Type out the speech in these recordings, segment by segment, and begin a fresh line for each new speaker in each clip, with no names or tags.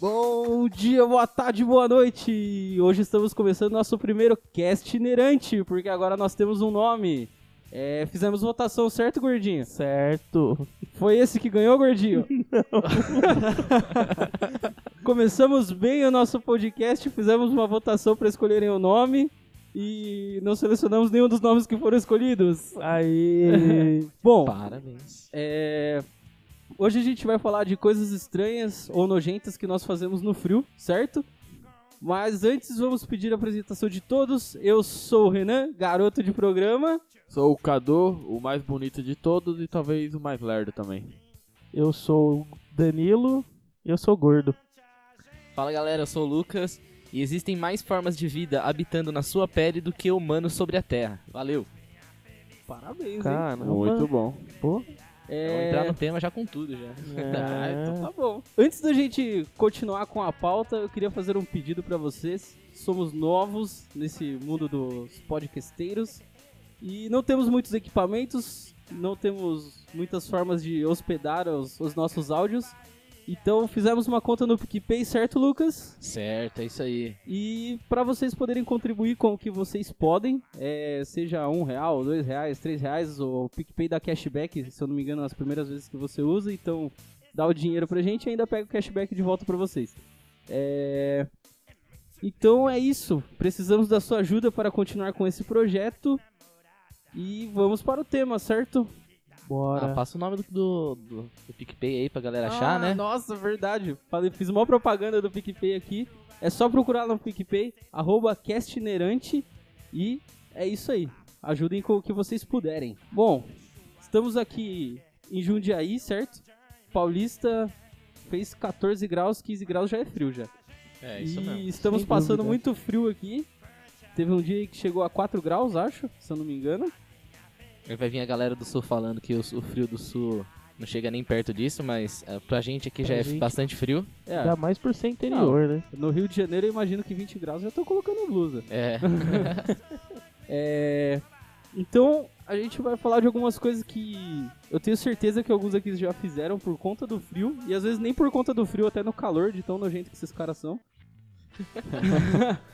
Bom dia, boa tarde, boa noite! Hoje estamos começando nosso primeiro cast inerante, porque agora nós temos um nome. É, fizemos votação, certo, gordinho?
Certo.
Foi esse que ganhou, gordinho? Começamos bem o nosso podcast, fizemos uma votação para escolherem o nome e não selecionamos nenhum dos nomes que foram escolhidos.
Aí.
Bom,
Parabéns.
é, Hoje a gente vai falar de coisas estranhas ou nojentas que nós fazemos no frio, certo? Mas antes vamos pedir a apresentação de todos. Eu sou o Renan, garoto de programa.
Sou o Cadu, o mais bonito de todos e talvez o mais lerdo também.
Eu sou o Danilo e eu sou gordo.
Fala galera, eu sou o Lucas e existem mais formas de vida habitando na sua pele do que humanos sobre a Terra. Valeu!
Parabéns, hein?
Caramba.
Muito bom.
Pô.
Vou
É...
entrar no tema já com tudo já.
Ah, então tá bom. Antes da gente continuar com a pauta, eu queria fazer um pedido pra vocês. Somos novos nesse mundo dos podcasteiros e não temos muitos equipamentos, não temos muitas formas de hospedar os, os nossos áudios. Então fizemos uma conta no PicPay, certo, Lucas?
Certo, é isso aí.
E para vocês poderem contribuir com o que vocês podem, é, seja um real, dois reais, três reais, o PicPay dá cashback, se eu não me engano, nas primeiras vezes que você usa, então dá o dinheiro pra gente e ainda pega o cashback de volta pra vocês. É, Então é isso, precisamos da sua ajuda para continuar com esse projeto e vamos para o tema, certo?
Bora.
Ah, passa o nome do, do, do, do PicPay aí pra galera
Ah,
achar, né?
Ah, Nossa, verdade. Falei, fiz uma propaganda do PicPay aqui. É só procurar lá no PicPay, arroba castinerante. E é isso aí. Ajudem com o que vocês puderem. Bom, estamos aqui em Jundiaí, certo? Paulista fez 14 graus, 15 graus já é frio já.
É,
e estamos
Sem
passando
dúvida.
muito frio aqui. Teve um dia que chegou a 4 graus, acho, se eu não me engano.
Aí Vai vir a galera do Sul falando que o, o frio do Sul não chega nem perto disso, mas é, pra gente aqui já
Pra
é
gente.
bastante frio.
É,
Ainda mais por ser interior, né?
no Rio de Janeiro eu imagino que 20 graus já estão colocando blusa.
É,
É, Então, a gente vai falar de algumas coisas que eu tenho certeza que alguns aqui já fizeram por conta do frio, e às vezes nem por conta do frio, até no calor, de tão nojento que esses caras são.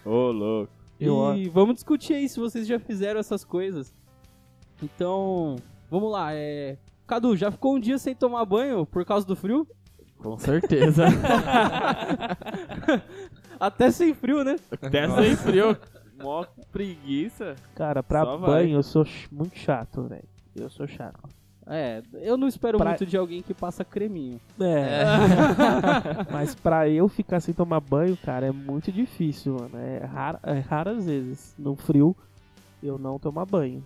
Ô, louco.
Eu,
E vamos discutir aí se vocês já fizeram essas coisas. Então, vamos lá. É... Cadu, já ficou um dia sem tomar banho por causa do frio?
Com certeza.
Até sem frio, né?
Até sem frio. Mó preguiça.
cara, pra
Só vai.
banho eu sou ch- muito chato, velho. Eu sou chato.
É, eu não espero
Pra-
muito de alguém que passa creminho. É.
Mas pra eu ficar sem tomar banho, cara, é muito difícil, mano. É, rara, é raras vezes, no frio, eu não tomar banho.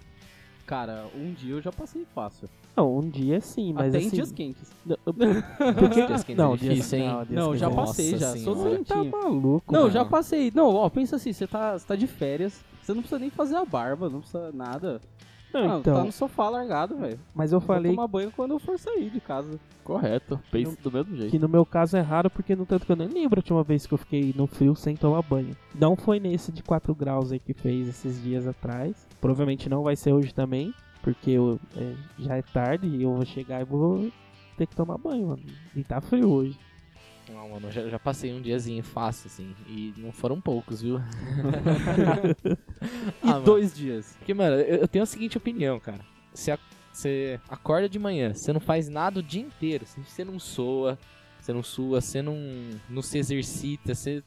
Cara, um dia eu já passei fácil.
Não, um dia sim, mas
até
assim...
em dias quentes.
Não, porque...
Dias quentes é
não,
difícil, hein?
Não, dias
Não,
quentes
já
é-
passei,
Nossa
já. Sou
Senhora.
Tá
doentinho.
maluco,
Não,
mano.
já passei. Não, ó, pensa assim, você tá, você tá de férias, você não precisa nem fazer a barba, não precisa nada.
Não,
Ah,
então,
Tá no sofá largado, velho.
mas eu
Vou
falei
tomar banho quando eu for sair de casa.
Correto. Pensa do mesmo jeito.
que no meu caso é raro, porque no tanto que eu nem lembro a última vez que eu fiquei no frio sem tomar banho. Não foi nesse de 4 graus aí que fez esses dias atrás. Provavelmente não vai ser hoje também, porque eu- é, já é tarde e eu vou chegar e vou ter que tomar banho, mano. E tá frio hoje.
não, mano, eu já, já passei um diazinho fácil, assim, e não foram poucos, viu?
E
Ah,
dois dias.
Porque, mano, eu, eu tenho a seguinte opinião, cara. Você, ac- você acorda de manhã, você não faz nada o dia inteiro. Você- Você não soa, você não sua, você não, não se exercita, você.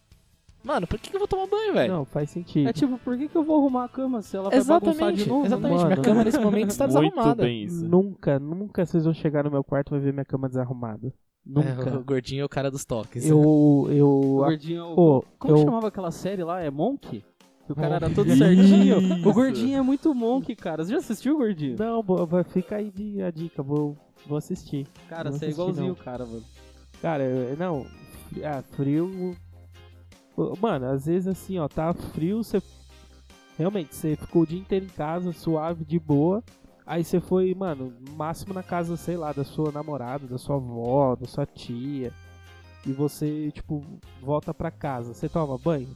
Mano, por que, que eu vou tomar banho, velho?
Não, faz sentido.
É tipo, por que, que eu vou arrumar a cama se ela vai bagunçar
Exatamente,
de novo?
exatamente.
mano.
Minha cama nesse momento está
Muito
tá desarrumada.
bem isso.
Nunca, nunca vocês vão chegar no meu quarto e vai ver minha cama desarrumada.
É, o
Nunca.
gordinho é o cara dos toques.
Eu.
O
Eu.
gordinho, o-
Pô,
como
eu.
chamava aquela série lá? É Monk? Que o cara
Monk.
era todo certinho.
Isso.
O gordinho é muito Monk, cara. Você já assistiu o gordinho?
Não, bo- vai- fica aí de- a dica, vou, vou assistir.
Cara,
não
você é
assisti,
igualzinho
não.
o cara, mano.
Cara, eu- não. fri- Ah, frio. Pô, Mano, às vezes assim, ó, tá frio, você. Realmente, você ficou o dia inteiro em casa, suave, de boa. Aí você foi, mano, no máximo na casa, sei lá, da sua namorada, da sua avó, da sua tia. E você, tipo, volta pra casa. Você toma banho?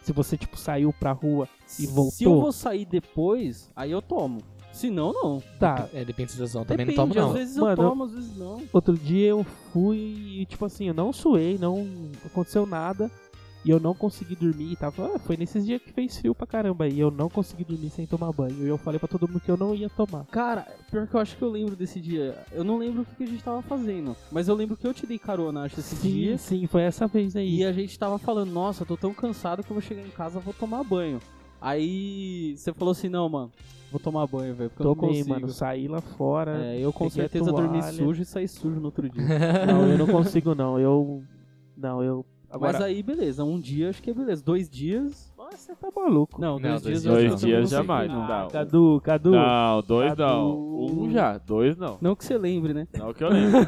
Se você, tipo, saiu pra rua e
Se eu
voltou.
vou sair depois, aí eu tomo. Se não, não.
Tá,
É, depende da situação. Também
Depende,
não tomo,
às
não.
vezes eu
Mano, eu-
tomo, às vezes não.
outro dia eu fui e, tipo assim, eu não suei, não aconteceu nada. E eu não consegui dormir e tava. ah, Foi nesses dias que fez frio pra caramba. E eu não consegui dormir sem tomar banho. E eu falei pra todo mundo que eu não ia tomar.
Cara, pior que eu acho que eu lembro desse dia. Eu não lembro o que que a gente tava fazendo. Mas eu lembro que eu te dei carona, acho, esse dia.
Sim, sim, assim, foi essa vez aí.
E a gente tava falando, nossa, eu tô tão cansado que eu vou chegar em casa vou tomar banho. Aí você falou assim, não, mano, vou tomar banho, velho, porque eu não
Tomei,
consigo.
mano. Saí lá fora.
É, eu com
peguei a
certeza dormi
toalha.
sujo e saí sujo no outro dia.
Não, eu não consigo, não. Eu. Não, eu. Agora.
Mas aí, beleza, um dia acho que é beleza. Dois dias.
Nossa, você tá maluco.
Não,
Não,
dois, dias
dois
eu acho
Dois
que eu também
dias
não consigo,
jamais,
não.
não dá.
Cadu, Cadu.
Não, dois
Cadu.
não. Um já, dois não.
Não que você lembre, né?
Não que eu lembro.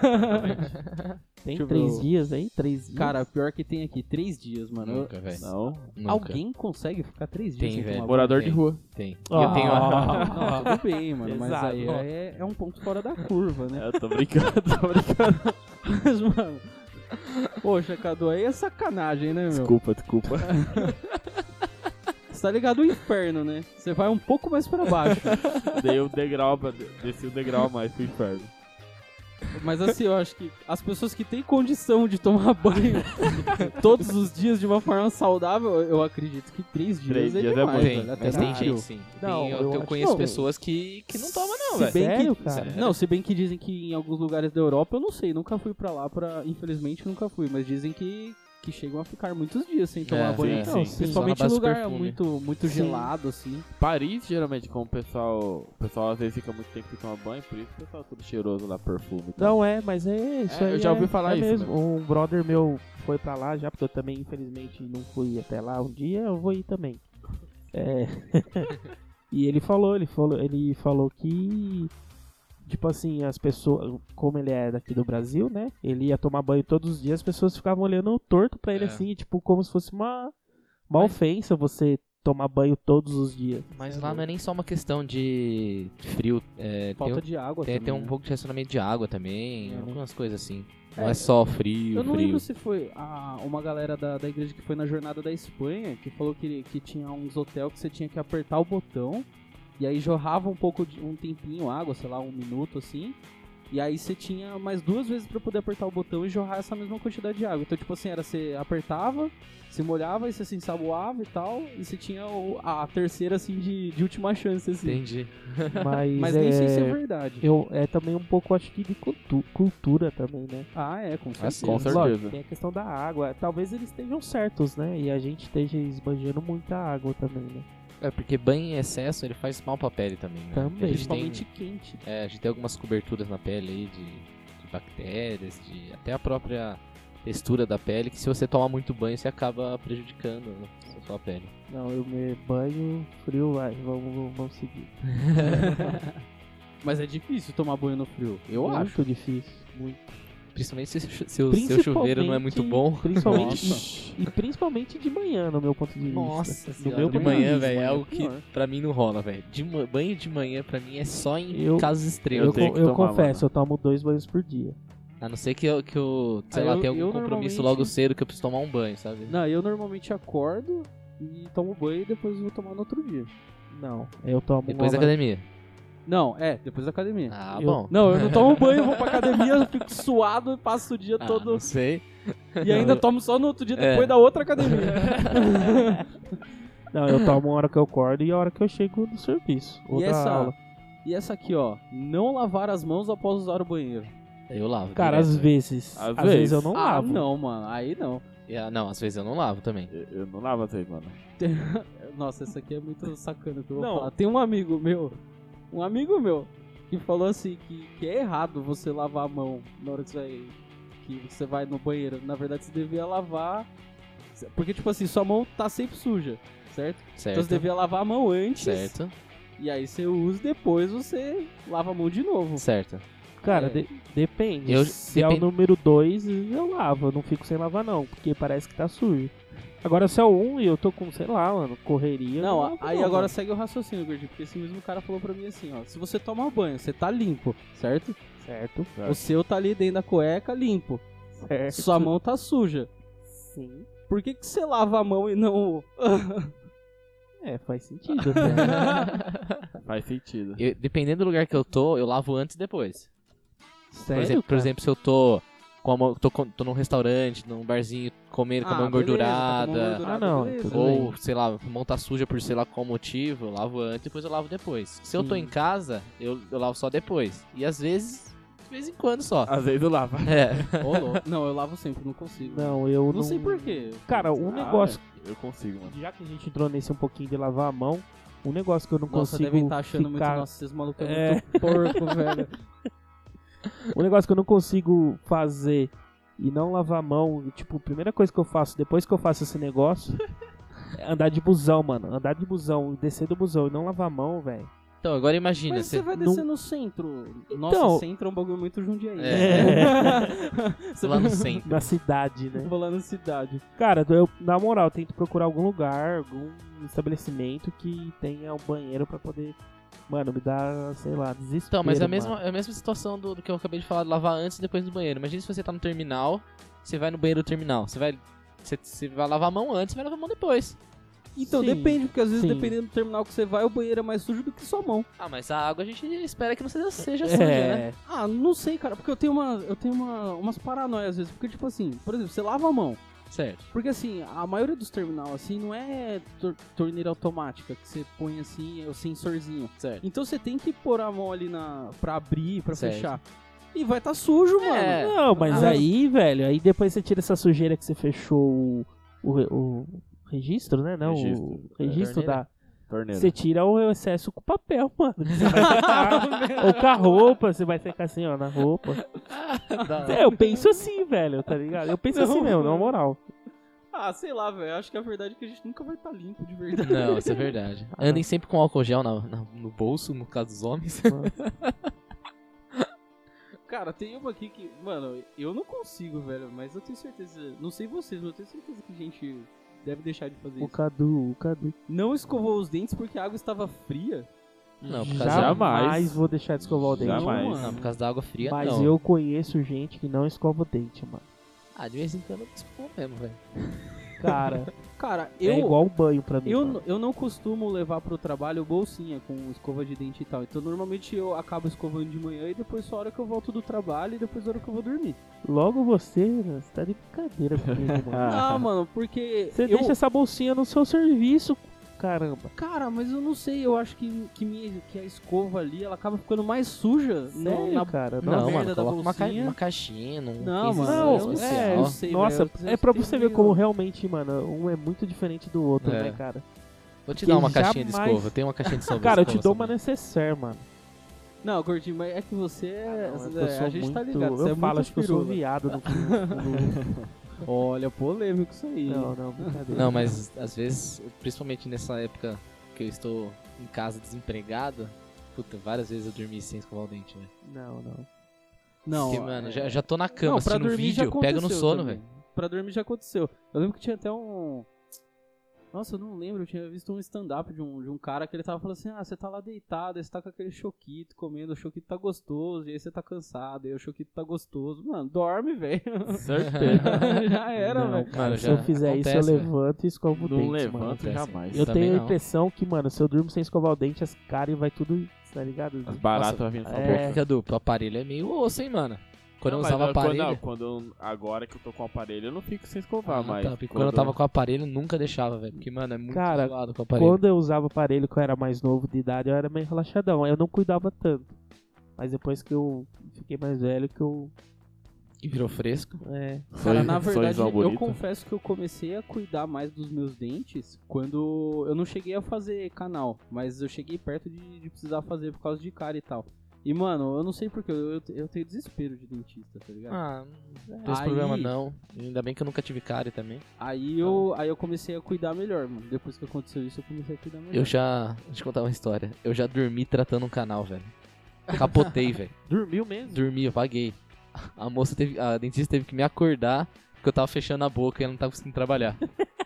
Tem
deixa eu ver
três
o-
dias aí? Três dias.
Cara, pior que tem aqui, três dias, mano. Eu-
Nunca, velho.
Não.
Nunca.
Alguém consegue ficar três dias
Tem,
sem
velho.
tomar banho?
Morador de
Tem.
rua.
Tem. E
Ah.
Eu tenho a...
Não, tudo bem, mano, mas
Pesado.
aí é, é um ponto fora da curva, né?
É, tô brincando, tô brincando.
Mas, mano. Poxa, Cadu, aí é sacanagem, né, meu?
Desculpa, desculpa.
Você tá ligado ao inferno, né? Você vai um pouco mais pra baixo.
Dei um degrau, pra- desci um degrau a mais pro inferno.
Mas assim, eu acho que as pessoas que têm condição de tomar banho todos os dias de uma forma saudável, eu acredito que três dias
Três
é
dias é
demais,
muito.
velho.
Tem,
Até
mas tem
mais.
gente sim.
Não,
Tem- eu,
eu
eu
acho-
conheço
não.
pessoas que, que não tomam
Se
não, velho.
bem
Sério,
que...
cara?
Não, se bem que dizem que em alguns lugares da Europa, eu não sei, nunca fui pra lá, pra... infelizmente nunca fui, mas dizem que, que chegam a ficar muitos dias sem tomar
É,
banho.
sim,
Então,
Não,
sim.
sim.
Principalmente
Só na
em
base do
lugar
perfume.
muito, muito
Sim.
gelado, assim.
Paris, geralmente, como o pessoal. O pessoal às vezes fica muito tempo sem tomar banho, por isso o pessoal é tudo cheiroso lá, perfume. tá? e tal.
Não é, mas é isso
É, eu
aí
já
é-
ouvi falar
é
isso,
mesmo. Um brother meu foi pra lá já, porque eu também, infelizmente, não fui até lá um dia, eu vou ir também. É. e ele falou, ele falou, ele falou que tipo assim, as pessoas, como ele é daqui do Brasil, né? Ele ia tomar banho todos os dias, as pessoas ficavam olhando torto pra ele
É.
assim, tipo como se fosse uma uma ofensa você tomar banho todos os dias.
Mas lá não é nem só uma questão de frio. É, tem,
Falta
um-
de água
tem,
também,
tem um
né?
pouco de racionamento de água também,
É, né?
algumas coisas assim. Não é só frio,
Eu não
frio.
lembro se foi a- uma galera da, da igreja que foi na jornada da Espanha que falou que, que tinha uns hotel que você tinha que apertar o botão e aí jorrava um pouco de um tempinho água, sei lá, um minuto assim. E aí você tinha mais duas vezes pra poder apertar o botão e jorrar essa mesma quantidade de água. Então, tipo assim, era você apertava, se molhava e você se ensaboava e tal, e você tinha o- a terceira assim de, de última chance assim.
Entendi.
Mas,
Mas
é,
nem sei se é verdade.
eu, é também um pouco, acho que, de cultu- cultura também, né?
Ah, é, com
Ah,
certeza.
com
Lógico,
certeza.
tem a questão da água. Talvez eles estejam certos, né? E a gente esteja esbanjando muita água também, né?
É porque banho em excesso ele faz mal pra pele também, né?
Também.
A gente, tem,
Principalmente quente.
é, a gente tem algumas coberturas na pele aí de, de bactérias, de até a própria textura da pele, que se você tomar muito banho, você acaba prejudicando né, a sua pele.
Não, eu me banho frio, vai. Vamos, vamos, vamos seguir.
Mas é difícil tomar banho no frio. Eu
muito
acho.
difícil. Muito.
Hum, Principalmente se, se o seu chuveiro não é muito bom.
Principalmente,
Nossa.
e principalmente de manhã, no meu ponto de vista.
Nossa
no
senhora,
meu
de
ponto de
manhã,
vista.
velho, é
manhã é
algo que
pior.
pra mim não rola, velho. De ma- Banho de manhã pra mim é só em
Eu-
casos
Eu,
Eu
extremos.
co-
tenho que
eu
tomar,
confesso, eu tomo dois banhos por dia.
A não ser que eu, que eu sei
Ah,
lá,
eu-
tenha algum
eu
compromisso
normalmente-
logo cedo que eu preciso tomar um banho, sabe?
Não, eu normalmente acordo e tomo banho e depois vou tomar no outro dia.
Não, eu tomo
Depois da
uma-
academia.
Não, é, depois da academia.
Ah,
Eu-
bom.
Não, eu não tomo banho, eu vou pra academia, eu fico suado e passo o dia
Ah,
todo.
Não sei.
E ainda tomo só no outro dia,
É.
depois da outra academia.
Não, eu tomo a hora que eu acordo e a hora que eu chego do serviço. Ou
e,
da aula.
essa, e essa aqui, ó. Não lavar as mãos após usar o banheiro.
Eu lavo.
Cara,
direto,
às
velho.
vezes.
Às
Às, vezes.
vezes.
eu não
ah,
lavo.
não, mano. Aí não.
E, ah, Não, às vezes eu não lavo também.
Eu, eu não lavo vocês, mano.
Nossa, essa aqui é muito sacana que eu vou
Não.
falar. Tem um amigo meu, um amigo meu, que falou assim que, que é errado você lavar a mão na hora que você, vai, que você vai no banheiro. Na verdade, você devia lavar. Porque, tipo assim, sua mão tá sempre suja, certo? Então
Certo.
você devia lavar a mão antes.
Certo.
E aí você usa e depois você lava a mão de novo.
Certo.
Cara,
É.
de- depende.
Eu-
se é o
depende-
número 2, eu lavo. Eu não fico sem lavar, não, porque parece que tá sujo. Agora, se é o 1 um, e eu tô com, sei lá, mano, correria. eu
Não,
lavo,
aí
não,
agora
mano.
segue o raciocínio, Gordinho, porque esse mesmo cara falou pra mim assim, ó. Se você tomar banho, você tá limpo, certo?
Certo,
Certo.
O seu tá ali dentro da cueca, limpo.
certo.
Sua mão tá suja.
Sim.
Por que, que você lava a mão e não.
É, faz sentido.
é.
Né?
Faz sentido.
Eu- dependendo do lugar que eu tô, eu lavo antes e depois. Por
Sério,
exemplo, por
cara?
exemplo, se eu tô, com a mão, tô, com- tô num restaurante, num barzinho,
Ah,
comendo tá com a mão
tá
engordurada,
Ah, não, tudo bem.
ou, sei lá, mão tá suja por sei lá qual motivo, eu lavo antes e depois eu lavo depois. Se eu tô
Sim.
em casa, eu, eu lavo só depois. E às vezes, de vez em quando só.
Às vezes eu lavo.
É.
Ô, louco. Não, eu lavo sempre, não consigo.
Não, eu não.
Não sei porquê.
Cara, um
Ah,
negócio.
Eu consigo,
é.
mano.
Já que a gente entrou nesse um pouquinho de lavar a mão, um negócio que eu não
Nossa,
consigo.
devem estar achando muito.
ficar...
Nossa, esses malucos
É.
é muito porco, velho.
Um negócio que eu não consigo fazer e não lavar a mão, tipo, a primeira coisa que eu faço depois que eu faço esse negócio é andar de busão, mano. Andar de busão, descer do busão e não lavar a mão, velho.
Então, agora imagina.
Mas
Você...
você vai
não-
descer no centro. Nossa,
Então-
centro é um bagulho muito jundiaí.
É.
Você
Lá no
vai-
centro.
Na cidade, né?
Vou lá na cidade.
Cara, eu, na moral, tento procurar algum lugar, algum estabelecimento que tenha um banheiro pra poder. Mano, me dá, sei lá, desespero.
Então, mas é a
mano.
mesma, é a mesma situação do, do que eu acabei de falar, de lavar antes e depois do banheiro. Imagina se você tá no terminal, você vai no banheiro do terminal. Você vai, você, você vai lavar a mão antes e vai lavar a mão depois.
Então,
Sim,
depende, porque às vezes,
sim.
dependendo do terminal que você vai, o banheiro é mais sujo do que sua mão.
Ah, mas a água a gente espera que não seja, seja suja, né?
É,
Ah, não sei, cara, porque eu tenho, uma, eu tenho uma, umas paranoias às vezes. Porque, tipo assim, por exemplo, você lava a mão.
Certo.
Porque, assim, a maioria dos terminal, assim, não é tor- torneira automática, que você põe, assim, é o sensorzinho.
Certo.
Então você tem que pôr a mão ali na, pra abrir, pra
Certo.
fechar. E vai tá sujo, mano.
É.
Não, mas
Ah.
aí, velho, aí depois você tira essa sujeira que você fechou o, o, re- o registro, né? Não,
Registro.
o registro
É.
da.
Torneira.
Você tira o excesso com papel, mano. Você vai secar- Ou com a roupa, você vai secar assim, ó, na roupa.
Da-
É, eu penso assim, velho, tá ligado? Eu penso
Não,
assim mesmo, na
mano.
moral.
Ah, sei lá, velho. Acho que a verdade é que a gente nunca vai estar limpo de verdade.
Não, isso é verdade. Andem sempre com álcool gel na- na- no bolso, no caso dos homens.
Cara, tem uma aqui que, mano, eu não consigo, velho, mas eu tenho certeza, não sei vocês, mas eu tenho certeza que a gente deve deixar de fazer
O
isso.
Cadu, o Cadu.
Não escovou os dentes porque a água estava fria.
Não, por causa, da,
Já-
Jamais. vou deixar de escovar o dente.
Jamais.
Não,
não,
mano.
por causa da água fria,
Mas
não.
eu conheço gente que não escova o dente, mano.
Ah, de vez em quando eu expor mesmo, velho.
Cara,
Cara,
eu,
eu
é igual um banho pra mim.
eu,
mano.
n- eu não costumo levar pro trabalho bolsinha com escova de dente e tal. Então normalmente eu acabo escovando de manhã e depois só a hora que eu volto do trabalho e depois a hora que eu vou dormir.
Logo você, né, você tá de brincadeira comigo, mano.
Ah, mano, porque
Você
eu
deixa essa bolsinha no seu serviço, caramba.
Cara, mas eu não sei, eu acho que que, minha, que a escova ali, ela acaba ficando mais suja
Sério,
não, na
cara.
na
Nossa,
Não,
merda
mano,
da
coloca uma, ca...
bolsinha.
uma caixinha, um
Não,
case
mano,
não,
especial.
é,
eu sei,
nossa,
velho, eu
é pra
tenho
você ver
meio-
como realmente, mano, um é muito diferente do outro,
É.
né, cara?
Vou te
que
dar uma caixinha de
jamais-
escova. Tem uma caixinha de escova.
Cara, eu te
escova
dou uma
também.
necessaire, mano.
Não, Gordinho, mas é que você é.
Não, é que
é,
eu sou
a gente tá
muito-
ligado, você
eu
é
falo,
muito
acho que eu sou
firula.
viado no, no-
Olha, polêmico isso aí. hein?
Não, não, brincadeira.
Não, mas às vezes, principalmente nessa época que eu estou em casa desempregado, puta, várias vezes eu dormi sem escovar o dente, velho.
Não, não. é-
não.
Porque, mano, já, já tô na cama
não, pra
assistindo um
dormir já
vídeo, pego no
aconteceu
sono,
também.
velho.
Pra dormir já aconteceu. Eu lembro que tinha até um. Nossa, eu não lembro, eu tinha visto um stand-up de um, de um cara que ele tava falando assim: ah, você tá lá deitado, aí você tá com aquele choquito comendo, o choquito tá gostoso, e aí você tá cansado, e aí o choquito tá gostoso. Mano, dorme, velho.
Certeza.
já era, né?
Não,
velho.
cara,
Mano,
se
já
eu né? fizer isso,
acontece,
eu
velho.
levanto e escovo o dente,
Não
mano.
levanto
acontece.
jamais.
Eu
Também
tenho a
não.
impressão que, mano, se eu durmo sem escovar o dente, as caras vai tudo, tá ligado?
As baratas vai vindo só
é.
um pouco.
Fica duplo, o aparelho é meio osso, hein, mano. Quando eu
Não, mas
usava
eu- quando- não,
aparelho.
Quando, eu- agora que eu tô com o aparelho, eu não fico sem
Ah,
escovar, mas.
tá, porque quando eu tava com o aparelho, nunca deixava, velho. Porque, mano, é muito
Cara,
zoado com o aparelho.
Quando eu usava aparelho, que eu era mais novo de idade, eu era meio relaxadão. aí Eu não cuidava tanto. Mas depois que eu fiquei mais velho, que eu.
E virou fresco.
É.
Cara,
Sonho-
na verdade,
sonhozão
eu
bonito.
confesso que eu comecei a cuidar mais dos meus dentes quando eu não cheguei a fazer canal, mas eu cheguei perto de, de precisar fazer por causa de cara e tal. E, mano, eu não sei porque, eu, eu, eu tenho desespero de dentista, tá
É.
ligado?
Ah, não tem esse
Aí-
problema não. Ainda bem que eu nunca tive cárie também. Tá.
Aí, eu, aí eu comecei a cuidar melhor, mano. Depois que aconteceu isso, eu comecei a cuidar melhor.
Eu já. Deixa eu te contar uma história. Eu já dormi tratando um canal, velho. Capotei, velho.
Dormiu mesmo?
Dormi, eu paguei. A moça teve. A dentista teve que me acordar porque eu tava fechando a boca e ela não tava conseguindo trabalhar.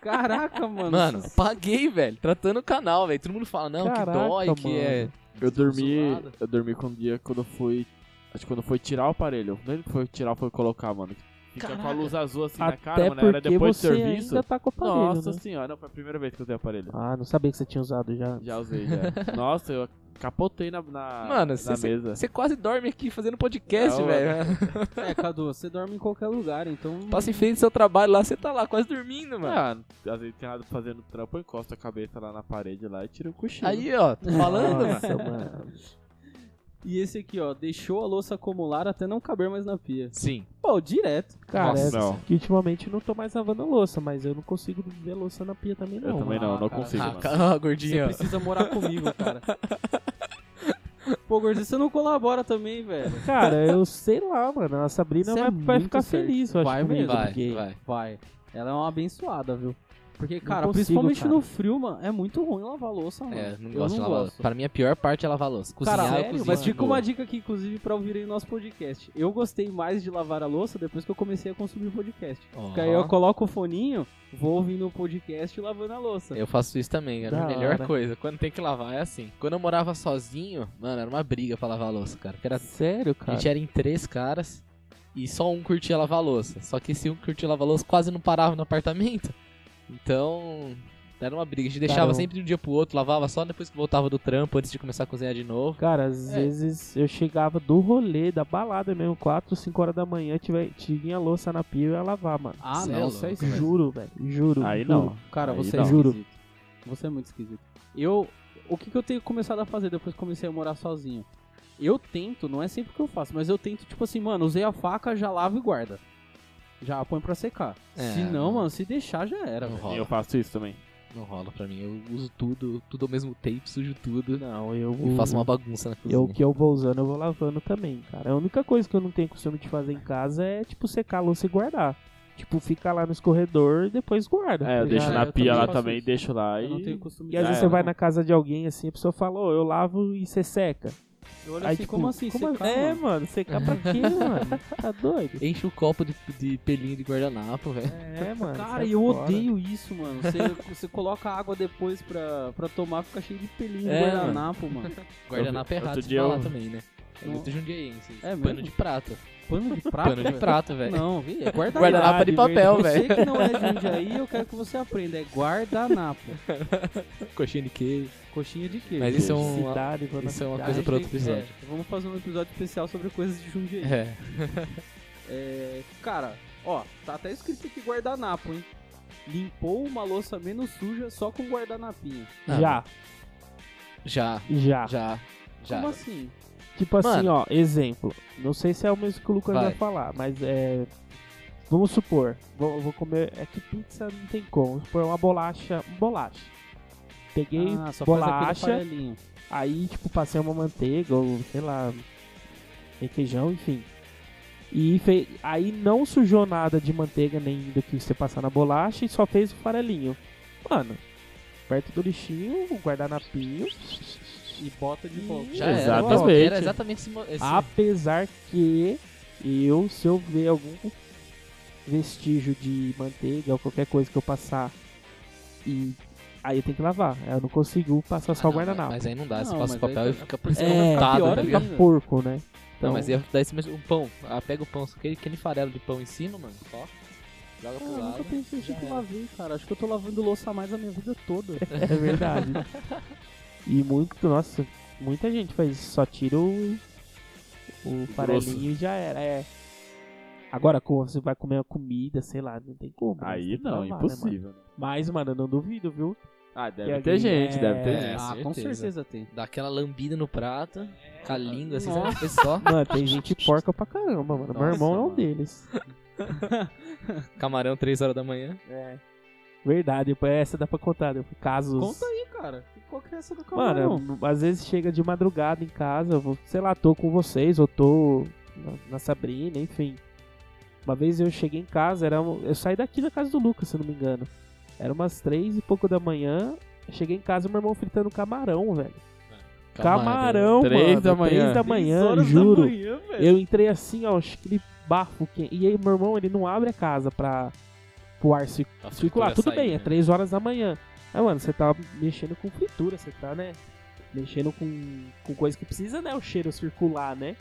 Caraca, mano.
Mano, paguei, velho. Tratando o canal, velho. Todo mundo fala, não,
Caraca,
que dói,
mano.
que é.
Eu dormi.
desconsolado.
Eu dormi com um dia quando eu fui. Acho que quando eu fui tirar o aparelho. Não é que foi tirar, foi colocar, mano. fica com a
Caraca.
luz azul assim na cara,
Até
mano. Era
porque
depois do
você
serviço.
ainda tá com o aparelho,
Nossa
né?
senhora, foi a primeira vez que eu usei o aparelho.
Ah, não sabia que você tinha usado já.
Já usei, já. Nossa, eu capotei na, na,
Mano,
na
você
mesa.
você quase dorme aqui fazendo podcast,
Não,
velho.
É, Cadu, você dorme em qualquer lugar, então.
Passa em frente ao seu trabalho lá, você tá lá quase dormindo, mano.
Ah, às vezes tem nada pra fazer no trampo, eu encosto a cabeça lá na parede lá e tiro um cochilo.
Aí, ó, tô falando, mano.
Nossa, mano.
E esse aqui, ó, deixou a louça acumular até não caber mais na pia.
Sim.
Pô, direto.
Cara,
Nossa,
é
não.
que ultimamente eu não tô mais lavando a louça, mas eu não consigo ver louça na pia também, não.
eu também não,
ah,
não
cara.
consigo,
Ah,
mano.
calma,
Você
gordinho. ó.
precisa morar comigo, cara. Pô, Gordinho, você não colabora também, velho.
Cara, eu sei lá, mano. A Sabrina
Você
vai,
é
vai
muito
ficar
certo.
feliz, eu acho.
Vai
comigo,
mesmo.
Vai,
porque-
vai.
Vai. Ela é uma abençoada, viu? Porque, cara,
consigo,
principalmente
cara.
no frio, mano, é muito ruim lavar louça, mano.
É, não
Eu
gosto de lavar louça. Pra mim, a pior parte é lavar louça. Cozinhar,
Cara,
eu
sério?
cozinho
mas
de
fica
boa.
uma dica aqui, inclusive, pra ouvirem nosso podcast. Eu gostei mais de lavar a louça depois que eu comecei a consumir podcast.
Ó.
Porque aí eu coloco o foninho, vou ouvindo o podcast e lavando a louça.
Eu faço isso também, cara.
Da
A melhor
hora.
coisa. Quando tem que lavar é assim. Quando eu morava sozinho, mano, era uma briga pra lavar a louça, cara. Porque era-
Sério,
A
cara?
gente era em três caras e só um curtia lavar a louça. Só que esse um que curtia lavar a louça quase não parava no apartamento. Então, era uma briga. A gente deixava
Caramba.
sempre de um dia pro outro, lavava só depois que voltava do trampo, antes de começar a cozinhar de novo.
Cara, às
É.
vezes eu chegava do rolê, da balada mesmo, 4, 5 horas da manhã, tive, tinha a louça na pia e eu ia lavar, mano.
Ah,
Cê é
não,
louco,
você é esquisito.
Juro, velho. Juro.
Aí
juro.
não.
Cara,
Aí
você é
não.
esquisito.
Juro.
Você é muito esquisito. Eu. O que, que eu tenho começado a fazer depois que comecei a morar sozinho? Eu tento, não é sempre que eu faço, mas eu tento, tipo assim, mano, usei a faca, já lavo e guarda. Já põe pra secar.
É,
se não,
mano.
mano, se deixar já era,
Não
velho.
rola.
Eu faço isso também.
Não rola pra mim. Eu uso tudo, tudo ao mesmo tempo, sujo tudo. né?
Não, eu.
E faço uma bagunça na cozinha.
Eu o que eu vou usando, eu vou lavando também, cara. A única coisa que eu não tenho costume de fazer em casa é, tipo, secar a louça e guardar. Tipo, fica lá no corredor e depois guarda.
É, eu
tá
deixo
ligado?
Ah,
na
eu É.
pia
também
lá
faço
também,
isso.
deixo lá
Eu não
e-
tenho costume
E às
Já
vezes
era,
você vai
não.
na casa de alguém assim, a pessoa fala, ô, eu lavo e você seca.
Eu olho
Aí,
assim,
tipo,
como assim? secar,
É,
mano?
mano, secar pra quê, mano? Tá doido?
Enche o copo de, de pelinho de guardanapo, velho.
É, mano.
Cara,
sai
eu
fora.
odeio isso, mano. Você, você coloca água depois pra, pra tomar, fica cheio de pelinho
É,
de guardanapo, mano.
Guardanapo é
Outro
errado de
dia
falar
eu-
também, né? É
Não.
muito jundiaense.
É
Pano
mesmo?
de prata.
Pano de prato?
Pano de
velho?
prata, velho.
Não, vi, é guardanapo.
Guardanapo é de papel,
Você
velho.
que não é de Jundiaí, eu quero que você aprenda. É guardanapo.
Coxinha de queijo.
Coxinha de queijo.
Mas isso é um...
Cidade, vou na
Isso é uma
Ah,
coisa
a gente
pra
tem-
outro episódio.
é, vamos fazer um episódio especial sobre coisas de Jundiaí.
É.
É, cara, ó, tá até escrito aqui guardanapo, hein? Limpou uma louça menos suja só com guardanapinho.
Não,
Já,
Já,
já,
já, já.
Como assim?
Tipo assim, ó, exemplo. Não sei se é o mesmo que o Lucas
Vai.
vai, falar, mas é. Vamos supor, vou, vou comer. É que pizza não tem como. Vamos supor, uma bolacha. Bolacha. Peguei,
ah, só faz
bolacha.
aquele farelinho.
aí, tipo, passei uma manteiga ou sei lá. Requeijão, enfim. E fe- aí não sujou nada de manteiga nem do que você passar na bolacha e só fez o farelinho. Mano, perto do lixinho, o guardanapinho.
E bota de volta.
Já era.
Exatamente.
Era exatamente, esse... mo- esse-
Ah, Apesar que eu, se eu ver algum vestígio de manteiga ou qualquer coisa que eu passar e aí eu tenho que lavar. Eu não consigo passar só
Ah,
o
não,
guardanapo.
Mas aí não dá, você
Não,
passa o
mas aí
papel e
tá-
fica por isso
É,
que é,
tá
montado,
pior
tá
ainda.
ligado?
Fica porco, né?
Não,
Então,
mas ia dar esse mesmo... Um pão. Ah, pega o pão, só aquele, aquele farelo de pão em cima, mano. Só. Joga
Ah,
pro
eu nunca
lado.
pensei
já
isso que
era.
lavei, cara. Acho que eu tô lavando louça a mais a minha vida toda.
é verdade. e muito, nossa, muita gente faz isso. Só tira o, o farelinho e já era. É. Agora, como você vai comer uma comida, sei lá, não tem como. né? Você
Aí
é
tem que
não,
lavar, né, mano?
impossível.
Mas, mano, eu não duvido, viu?
Ah,
Que
deve ter
alguém-
gente, deve ter
É.
gente.
Ah,
com
com
certeza
certeza
tem.
Dá aquela lambida no prato, com a língua, assim,
Nossa.
sabe? só.
Mano, tem gente porca pra caramba, mano. Meu
Nossa,
irmão é um
mano.
deles.
Camarão, 3 horas da manhã.
É. Verdade, pô, essa dá pra contar, né? Casos.
Conta aí, cara. Qual que é essa do camarão?
Mano, às vezes chega de madrugada em casa, eu vou, sei lá, tô com vocês, ou tô na, na Sabrina, enfim. Uma vez eu cheguei em casa, era um- eu saí daqui da casa do Lucas, se não me engano. Era umas três e pouco da manhã, cheguei em casa, meu irmão fritando camarão, velho. Camarão,
Três
mano.
da manhã.
Três da
Três
manhã,
horas da
juro.
manhã, velho.
Eu entrei assim, ó, aquele bafo quente. E aí, meu irmão, ele não abre a casa pra pro ar cir-
A
circular.
Tá fritura
Tudo
sair,
bem,
né?
é 3 horas da manhã. Mas, mano, você tá mexendo com fritura, você tá, né? Mexendo com, com coisa que precisa, né? O cheiro circular, né?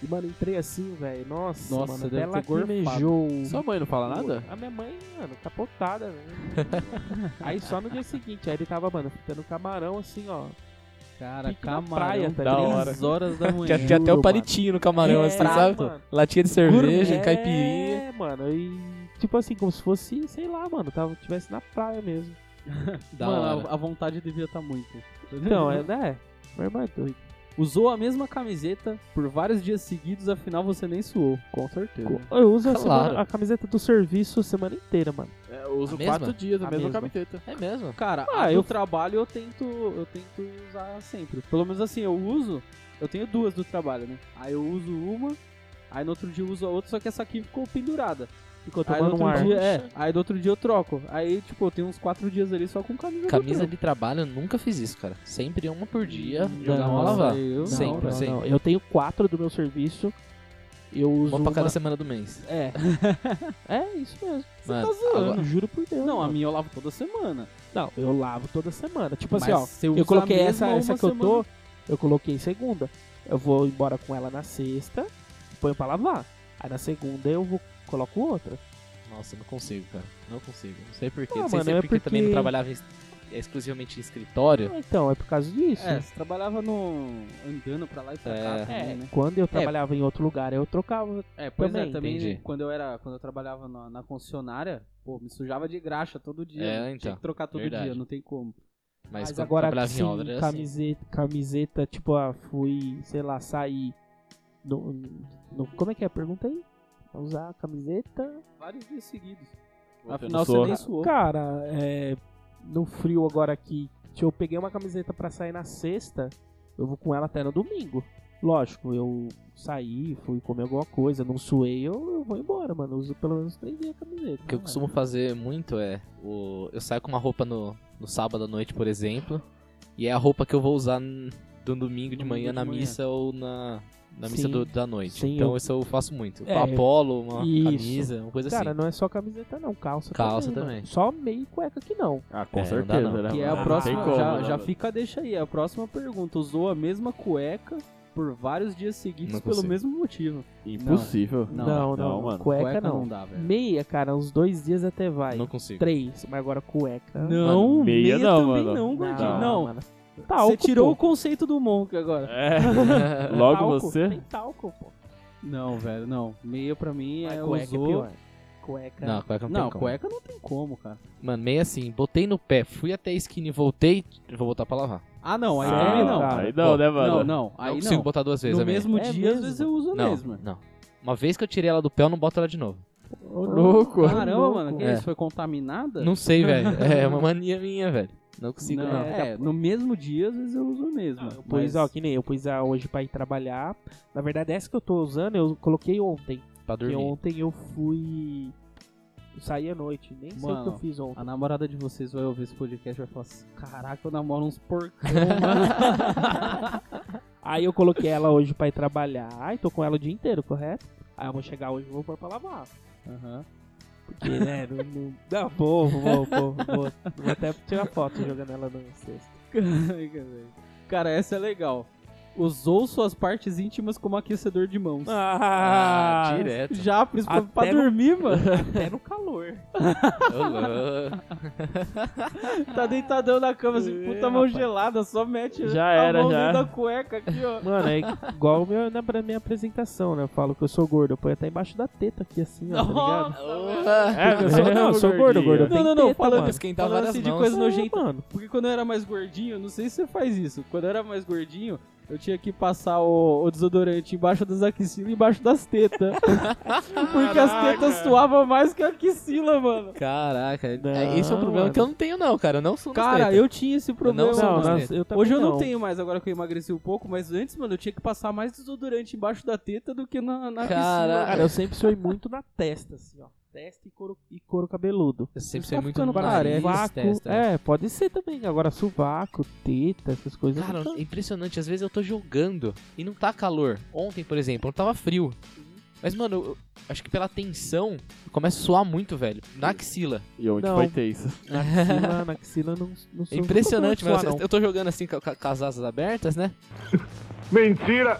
E, mano, entrei assim, velho. Nossa,
Nossa,
mano,
deve
até
ter gorfado.
lacrimejou.
Sua mãe não fala nada?
A minha mãe, mano, capotada, velho. aí só no dia seguinte, aí ele tava, mano, fritando camarão assim, ó.
Cara,
Pique na
camarão,
praia, tá
da
três
hora.
horas da manhã.
Tinha, tinha até
Juro,
o palitinho no camarão,
É,
assim, sabe?
mano.
Latinha de cerveja,
É,
caipirinha.
mano, e tipo assim, como se fosse, sei lá, mano, tava, tivesse na praia mesmo.
Da
Mano,
hora. A, a vontade devia estar muito.
Uhum.
Então, é, né? Meu irmão é doido.
Usou a mesma camiseta por vários dias seguidos, afinal você nem suou.
Com certeza.
né? Eu uso a,
Claro.
semana- a camiseta do serviço a semana inteira, mano.
É, eu uso
A mesma?
quatro dias a,
A
mesma,
mesma.
camiseta.
É mesmo?
Cara,
Ah,
a do
eu-
trabalho eu tento, eu tento usar sempre. Pelo menos assim, eu uso, eu tenho duas do trabalho, né? Aí eu uso uma, aí no outro dia eu uso a outra, só que essa aqui ficou pendurada.
Ficou
Ah,
Aí no
tomando
outro
um ar.
dia, é, aí do outro dia eu troco. Aí, tipo, eu tenho uns quatro dias ali só com camisa. do
Camisa
trampo.
de trabalho, eu nunca fiz isso, cara. Sempre uma por dia,
Hum,
Não,
jogar uma
nossa,
lavar.
eu não,
sempre,
não,
sempre.
não. Eu tenho quatro do meu serviço. Eu uso.
Uma pra cada
uma-
semana do mês.
É. é isso mesmo.
Mano, agora-
Eu juro por Deus.
Não, a
mano.
minha eu lavo toda semana.
Não, eu lavo toda semana. Tipo assim,
Mas
ó.
você usa
Eu
a
coloquei
mesma
essa,
uma
essa que eu
semana.
tô, eu coloquei segunda. Eu vou embora com ela na sexta, ponho pra lavar. Aí na segunda eu vou coloco outra.
Nossa, eu não consigo, cara. Não consigo. Não sei porquê.
Ah,
não sei se
mano,
é
é
porque, também não
porque-
trabalhava em- é exclusivamente em escritório.
Ah, Então, é por causa disso.
É, você trabalhava no... andando pra lá e pra cá
É.
também, né?
Quando eu trabalhava em outro lugar, eu trocava.
É, pois
Também,
é, também
entendi.
quando eu era, quando eu trabalhava na, na concessionária, pô, me sujava de graxa todo dia.
É,
mano.
então,
Tinha que trocar todo
verdade.
dia, não tem como.
Mas, quando
agora
trabalhava
sim,
em obra, era assim.
camiseta, camiseta, tipo, ah, fui, sei lá, sair no, no- como é que é? Pergunta aí. Usar camiseta.
Vários dias seguidos.
Você
Afinal,
não
você
sou.
nem suou.
Cara, é, no frio agora aqui, se eu peguei uma camiseta pra sair na sexta, eu vou com ela até no domingo. Lógico, eu saí, fui comer alguma coisa, não suei, eu, eu vou embora, mano. Eu uso pelo menos três dias a camiseta.
O que eu
né,
costumo fazer muito é. O... Eu saio com uma roupa no, no sábado à noite, por exemplo. E é a roupa que eu vou usar n- no domingo de
Domingo
manhã
de
na
manhã.
missa ou na, na missa
Sim,
do- da noite.
sim,
então
eu-
isso eu faço muito.
É,
Um Apolo, uma
isso.
camisa, uma coisa
Cara,
assim.
não é só camiseta não, calça,
Calça
também.
também.
mano. Só meio cueca que não.
Ah, com
É, não dá
certeza,
não.
né?
Que é
mano?
a
Ah,
Não
próxima.
tem como,
já,
né,
já
mano?
fica a deixa aí. é A próxima pergunta. Usou a mesma cueca por vários dias seguidos
Não
pelo
consigo.
mesmo motivo.
Impossível.
Não,
não,
não, mano.
Cueca, não.
não dá, velho.
Meia, cara, uns dois dias até vai.
Não consigo.
Três, mas agora cueca.
Não,
meia
meia,
não,
também
mano.
não, gordinho. Não. tá
mano.
Você
Talco,
tirou o
pô.
conceito do Monk agora.
É.
Logo.
Logo
Talco,
você.
Tem talco, pô.
Não, velho, não. Meia pra mim
Mas
é
cueca
usou...
é pior. Cueca.
Não, cueca não,
Não,
tem como.
cueca não tem como, cara.
Mano, meio assim, botei no pé, fui até a esquina e voltei, vou botar pra lavar.
Ah, não, aí
Sério,
também não.
cara?
Aí não, né, mano?
Não, não, aí
não
não.
consigo botar duas vezes
no
a meia.
mesmo
É
dia, às
mesmo?
vezes eu uso a
não,
mesma.
não. Uma vez que eu tirei ela do pé, eu não boto ela de novo.
Ô,
louco.
Caramba,
louco.
mano, que
É.
isso? Foi contaminada?
Não sei, velho. É uma mania minha, velho. Não consigo,
Não,
não.
É, no mesmo dia, às vezes eu uso a mesma.
Eu pus,
mas-
ó, que nem eu pus a hoje pra ir trabalhar. Na verdade, essa que eu tô usando, eu coloquei ontem.
Pra
Porque
dormir.
ontem eu fui. Eu saí à noite, nem sei o que
Mano,
eu fiz ontem.
A namorada de vocês vai ouvir esse podcast e vai falar assim: Caraca, eu namoro uns porcão, mano.
Aí eu coloquei ela hoje pra ir trabalhar e tô com ela o dia inteiro, correto? Aí eu vou chegar hoje e vou pôr pra lavar.
Aham.
Porque, né, não, não... Não, vou, vou, vou, vou. Vou até tirar foto jogando ela no cesto.
Caraca, velho. Cara, essa é legal. Usou suas partes íntimas como aquecedor de mãos.
Ah, direto.
Já, pra, pra- pra
é, tá. Até no-
dormir, mano.
Até no calor.
Ô, louco.
Tá deitadão na cama, assim,
É,
puta mão
rapaz.
gelada, só mete
Já
a
era,
mão
já.
dentro da cueca aqui, ó.
Mano, é igual o meu, na pra minha apresentação, né? Eu falo que eu sou gordo, eu ponho até embaixo da teta aqui, assim, ó, tá ligado?
É,
Eu sou, não, eu sou gordo, gordo.
Não,
eu tenho
não, não,
teta,
falando
mano.
isso,
Esquentar
Falando
várias
assim de
mãos.
coisa
É,
nojenta.
mano.
Porque quando eu era mais gordinho, não sei se você faz isso. Quando eu era mais gordinho, eu tinha que passar o, o desodorante embaixo das axilas e embaixo das tetas. Porque as tetas suavam mais que a axila, mano.
Caraca,
Não,
é- esse é um problema
mano.
que eu não tenho, não, cara. Eu não sou um
Cara,
atleta.
eu tinha esse problema.
não sou
mano.
mais
nós-
teta.
também
Hoje eu não tenho mais, agora que eu emagreci um pouco, mas antes, mano, eu tinha que passar mais desodorante embaixo da teta do que na, na
Cara,
Cara, eu sempre suei muito na testa, assim, ó. Testa e couro, e couro cabeludo.
Eu sempre
Você
sei
tá
muito
ficando
no nariz,
Sovaco,
testa.
é, pode ser também. Agora, sovaco, teta, essas coisas.
Cara,
não.
é impressionante. Às vezes eu tô jogando e não tá calor. Ontem, por exemplo, eu tava frio. Mas, mano, eu- eu acho que pela tensão, eu começo a suar muito, velho. Na axila. É
E onde
Não.
foi ter isso?
na axila, na assim, axila não, não
É
sou-
impressionante,
nunca
mas
fui suar,
eu tô jogando assim com, com- com as asas abertas, né?
Mentira!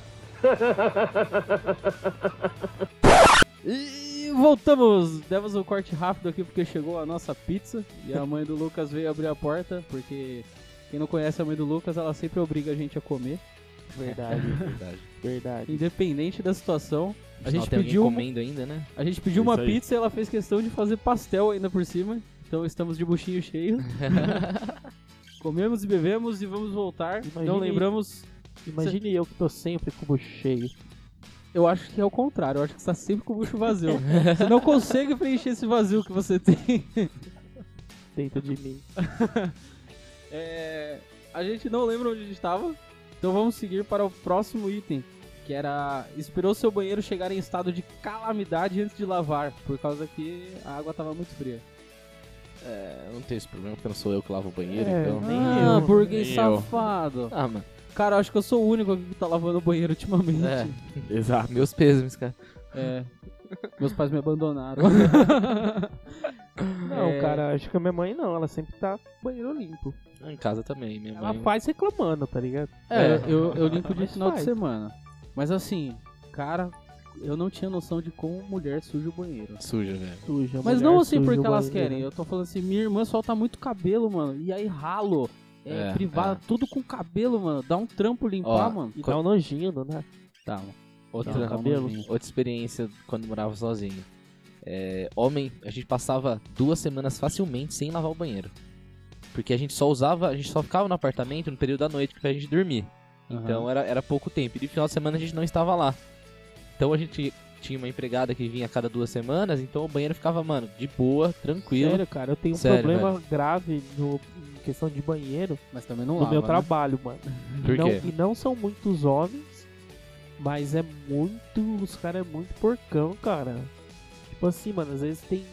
E voltamos! Demos um corte rápido aqui porque chegou a nossa pizza e a mãe do Lucas veio abrir a porta, porque quem não conhece a mãe do Lucas, ela sempre obriga a gente a comer,
Verdade,
Verdade.
verdade.
independente da situação. A gente
tem alguém
pediu,
comendo ainda, né?
a gente pediu uma
É Isso aí.
pizza e ela fez questão de fazer pastel ainda por cima, então estamos de buchinho cheio. Comemos e bebemos e vamos voltar.
Imagine-
Não Então lembramos,
Imagine eu que tô sempre com o bucho cheio.
eu acho que é o contrário, eu acho que você tá sempre com o bucho vazio. você não consegue preencher esse vazio que você tem.
dentro de mim.
É, a gente não lembra onde a gente estava, então vamos seguir para o próximo item, que era esperou seu banheiro chegar em estado de calamidade antes de lavar, por causa que a água estava muito fria.
É, Eu não tenho esse problema porque não sou eu que lavo o banheiro,
É,
então.
nem
ah,
eu,
burguês
nem eu.
safado.
Ah, mano.
Cara, eu acho que eu sou o único aqui que tá lavando o banheiro ultimamente.
É,
Exato.
meus pésames, cara.
É. Meus pais me abandonaram.
Não,
É.
cara, acho que a minha mãe não, ela sempre tá banheiro limpo.
Em casa também, minha
Ela
mãe.
faz reclamando, tá ligado?
É,
É.
eu, eu limpo de
Mas
final de
faz.
semana. Mas assim, cara, eu não tinha noção de como mulher suja o banheiro.
Suja, velho.
Suja,
Mas
mulher
não assim
suja
porque
o né?
elas
banheiro.
querem. Eu tô falando assim, minha irmã solta muito cabelo, mano. E aí ralo. É,
É,
privada, tudo com cabelo, mano. Dá um trampo limpar,
Ó,
mano.
E dá um nojinho, né?
Tá,
Outra,
Não, cabelo.
outra experiência quando morava sozinho. É, homem, a gente passava duas semanas facilmente sem lavar o banheiro. Porque a gente só usava, a gente só ficava no apartamento no período da noite pra gente dormir. Então era, era pouco tempo. E de final de semana a gente não estava lá. Então a gente tinha uma empregada que vinha a cada duas semanas, então o banheiro ficava, mano, de boa, tranquilo.
Sério, cara, eu tenho um
Sério, né?
problema grave no, em questão de banheiro
Mas também não
no
lava,
meu
né?
trabalho, mano.
Por
Não,
quê?
e não são muitos homens, mas é muito. Os caras é muito porcão, cara. Tipo assim, mano, às vezes tem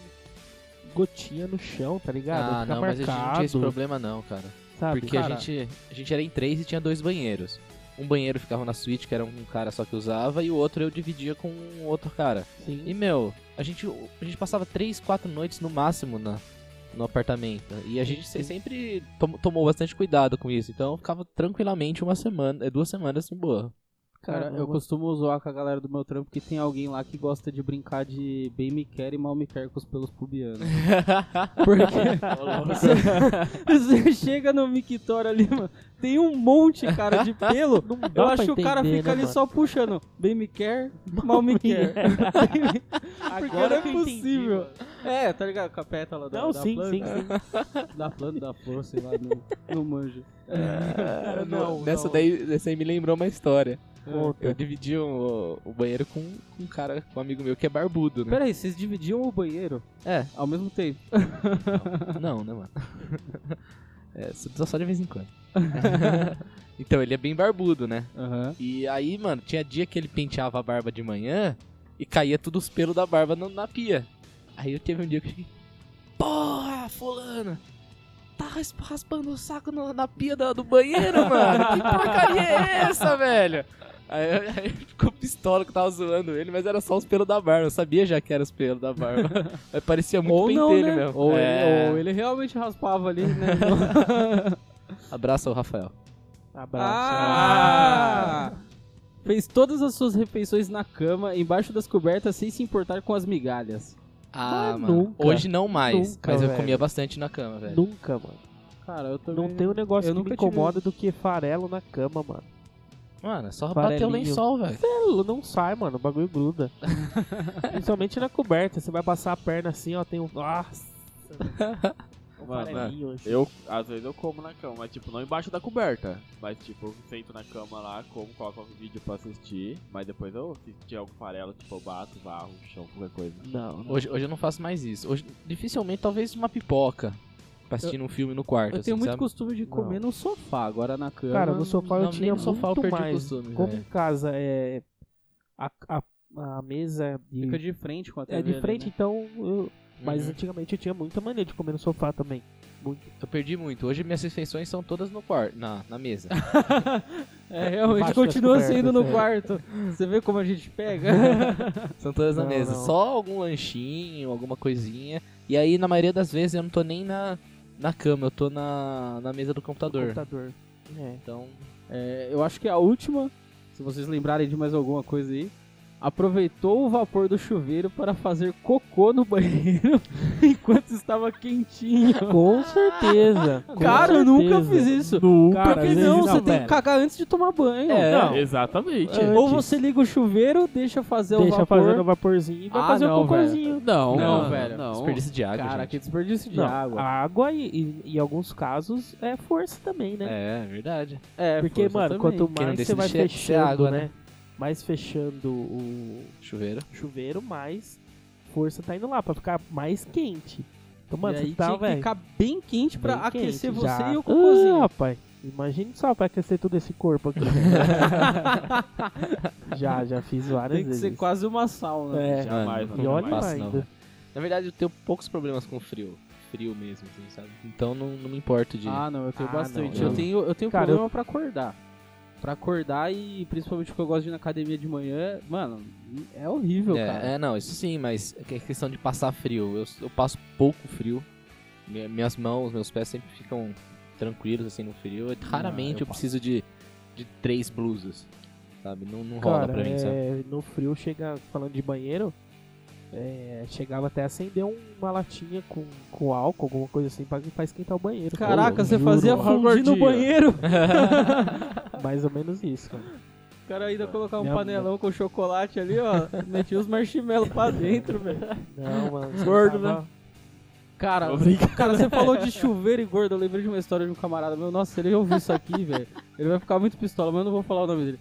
gotinha no chão, tá ligado?
Ah,
Fica
não, mas a
marcado,
gente não tinha esse problema não, cara.
sabe?
Porque
Cara,
a, gente, a gente era em três e tinha dois banheiros. Um banheiro ficava na suíte, que era um cara só que usava, e o outro eu dividia com um outro cara.
Sim.
E, meu, a gente, a gente passava três, quatro noites no máximo na, no apartamento. E a gente se- sempre tom- tomou bastante cuidado com isso. Então, eu ficava tranquilamente uma semana, eh, duas semanas assim, boa.
Cara, eu
Caramba.
costumo zoar com a galera do meu trampo que tem alguém lá que gosta de brincar de bem me quer e mal me quer com os pelos pubianos. Porque você, você chega no mictório ali, mano, tem um monte, cara, de pelo.
Não dá
Eu
pra
acho que o cara
entender,
fica
né,
ali
mano?
só puxando. Bem me quer, mal me quer. Porque não é
que eu entendi,
possível.
mano.
É, tá ligado? Com a pétala da,
Não,
da
sim,
planta.
sim, sim.
Da planta, da flor, sei lá, não, não manjo.
Cara, não,
É, Nessa
não.
daí, essa aí me lembrou uma história.
É,
Conta.
Eu dividi um- o banheiro com, com um cara, com um amigo meu que é barbudo, né?
Pera aí, vocês dividiam o banheiro
É,
ao mesmo tempo?
Não, né, mano? É, só, só de vez em quando. então, ele é bem barbudo, né?
Aham.
E aí, mano, tinha dia que ele penteava a barba de manhã e caía todos os pelos da barba no- na pia. Aí eu teve um dia que eu cheguei, porra, fulana, tá ras- raspando o saco no- na pia do, do banheiro, mano? Que porcaria é essa, velho? Aí, eu- aí ele ficou pistola que eu tava zoando ele, mas era só os pelos da barba. Eu sabia já que era os pelos da barba. Mas parecia muito
Ou não,
pentelho
né?
mesmo.
Ou,
É.
ele, ou ele realmente raspava ali, né?
Abraça o Rafael.
Abraço.
ah! Fez todas as suas refeições na cama, embaixo das cobertas, sem se importar com as migalhas.
Ah,
Mas
mano.
nunca.
Hoje não mais,
Nunca,
mas eu
velho.
comia bastante na cama, velho.
Nunca, mano.
Cara, eu também...
Não tem um negócio
eu
que
nunca
me incomoda do que farelo na cama, mano.
Mano, é só bater o
Farelinho.
lençol, velho.
Farelo não sai, mano. O bagulho gruda. Principalmente na coberta. Você vai passar a perna assim, ó, tem um. Nossa! Um
Mano,
farelinho, assim.
Eu, às vezes eu como na cama, mas tipo, não embaixo da coberta. Mas tipo, eu sento na cama lá, como, coloco um vídeo pra assistir, mas depois eu se tiver algum farelo, tipo, eu bato, varro, chão, qualquer coisa.
Não, não.
Hoje, hoje eu não faço mais isso. Hoje, dificilmente, talvez uma pipoca. Pra assistir um filme no quarto.
Eu tenho
assim,
muito
sabe?
costume de comer no sofá, agora na cama.
Cara, no sofá eu
Não, nem
tinha
no sofá eu
muito
perdi o
mais.
costume,
Como
velho.
em casa é. A, a, a mesa é de-
Fica de frente com a TV.
é de
ali,
frente,
né?
então. eu- Mas
Uhum.
antigamente eu tinha muita mania de comer no sofá também. Muito.
Eu perdi muito. Hoje minhas refeições são todas no quarto, na, na mesa.
É, realmente
Embaixo
continua
das cobertas,
sendo no
é.
quarto. Você vê como a gente pega?
são todas na
Não,
mesa.
não.
Só algum lanchinho, alguma coisinha. E aí, na maioria das vezes, eu não tô nem na, na cama. Eu tô na, na mesa do computador.
Computador. É.
Então,
É, eu acho que a última se vocês lembrarem de mais alguma coisa aí, aproveitou o vapor do chuveiro para fazer cocô no banheiro enquanto estava quentinho.
Com certeza. com
Cara, eu nunca
certeza.
fiz isso.
Nunca.
Por que
às vezes-
não? Você tem
pera.
que cagar antes de tomar banho.
É.
Não. É,
Exatamente.
Ou você liga o chuveiro, deixa fazer o é
Deixa
um vapor.
fazendo o vaporzinho e vai
Ah,
fazer
não,
o cocôzinho.
Não,
Não, velho.
Não.
Desperdício de água,
Cara,
gente.
que desperdício de
Não,
água.
água e, e, em alguns casos, é força também, né?
É, verdade.
É,
Porque,
força
mano,
também.
quanto
não
mais
deixa
você vai
encher- encher
fechando,
água,
né?
né?
Mais fechando o
Chuveiro.
chuveiro, mais força tá indo lá pra ficar mais quente. Então, mano,
e
você
aí
tá,
tinha que
velho.
ficar bem quente pra
bem quente
aquecer você
já.
e o
Ah,
cocôzinho.
rapaz, imagine só pra aquecer todo esse corpo aqui. já, já fiz várias
Tem que
vezes.
ser quase uma né? sauna.
É.
Jamais,
Mano,
E
não,
olha
jamais.
lá
faço, não,
ainda.
Na verdade, eu tenho poucos problemas com frio. Frio mesmo, assim, sabe? Então não, não me importo de.
Ah, não, eu tenho
Ah,
bastante.
não,
eu,
eu-
tenho, eu tenho
Cara,
problema pra acordar. Pra acordar e principalmente porque eu gosto de ir na academia de manhã, mano, é horrível, cara.
é, é, não, isso sim, mas é que- é questão de passar frio. Eu, eu passo pouco frio. Mi- Minhas mãos, meus pés sempre ficam tranquilos assim no frio. Raramente
Ah,
eu
eu, preciso de, de três blusas. Sabe? Não, não rola
Cara,
pra mim, sabe?
é, no frio chega, falando de banheiro, é, chegava até a acender um, uma latinha com, com álcool, alguma coisa assim, pra, pra esquentar o banheiro.
Caraca,
Ô,
você
juro,
fazia
ó.
fundir no
Gordinho.
banheiro.
Mais ou menos isso, cara.
O cara ainda colocar um
Minha
panelão com chocolate ali, ó. metia os marshmallows pra dentro, velho.
Não, mano. você
Gordo, né?
tava-
Cara,
Tô brincando.
cara, você falou de chuveiro e gordo. Eu lembrei de uma história de um camarada meu. Nossa, se ele ouviu isso aqui, velho. Ele vai ficar muito pistola, mas eu não vou falar o nome dele.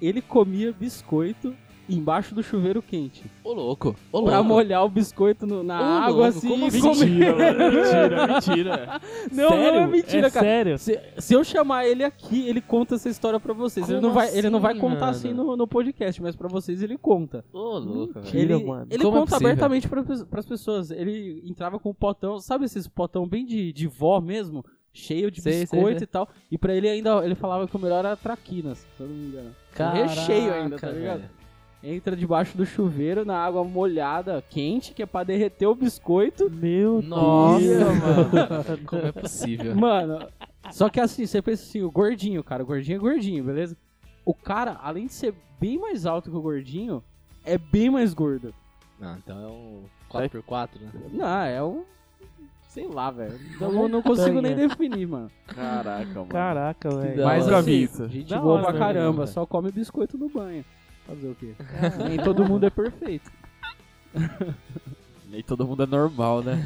Ele comia biscoito embaixo do chuveiro quente.
Ô louco, ô louco.
Pra molhar o biscoito no- na
Ô,
água,
louco,
assim,
como
e
assim?
comer.
Mentira, mano, mentira, mentira.
Não,
sério?
não é mentira, cara.
Sério?
Se, se eu chamar ele aqui, ele conta essa história pra vocês. Ele
Como
não, vai, ele não vai
assim,
contar
mano?
assim no, no podcast, mas pra vocês ele conta.
Ô louco, velho.
Mentira,
ele
mano.
ele
Como é
conta
possível?
abertamente pra, pras pessoas. Ele entrava com um potão, sabe esses potão bem de, de vó mesmo? Cheio de
Sei, sei,
biscoito
sei.
e tal. E pra ele ainda, ele falava que o melhor era traquinas, se eu não me engano. recheio ainda, tá
Caraca,
ligado?
velho.
Entra debaixo do chuveiro, na água molhada, quente, que é pra derreter o biscoito.
Meu
Nossa,
Deus.
mano. Como é possível?
Mano, só que assim, você pensa assim, o gordinho, cara, o gordinho é gordinho, beleza? O cara, além de ser bem mais alto que o gordinho, é bem mais gordo.
Não, então é um 4x4, né?
Não, é um. Sei lá, velho. Eu Não, não consigo nem definir, mano.
Caraca, mano.
Caraca, velho.
da
Mais
hora.
uma vez.
Gente
Da
boa
hora,
pra
né,
caramba,
cara?
só come biscoito no banho. Tipo, Fazer o quê? Nem todo mundo é perfeito.
Nem todo mundo é normal, né?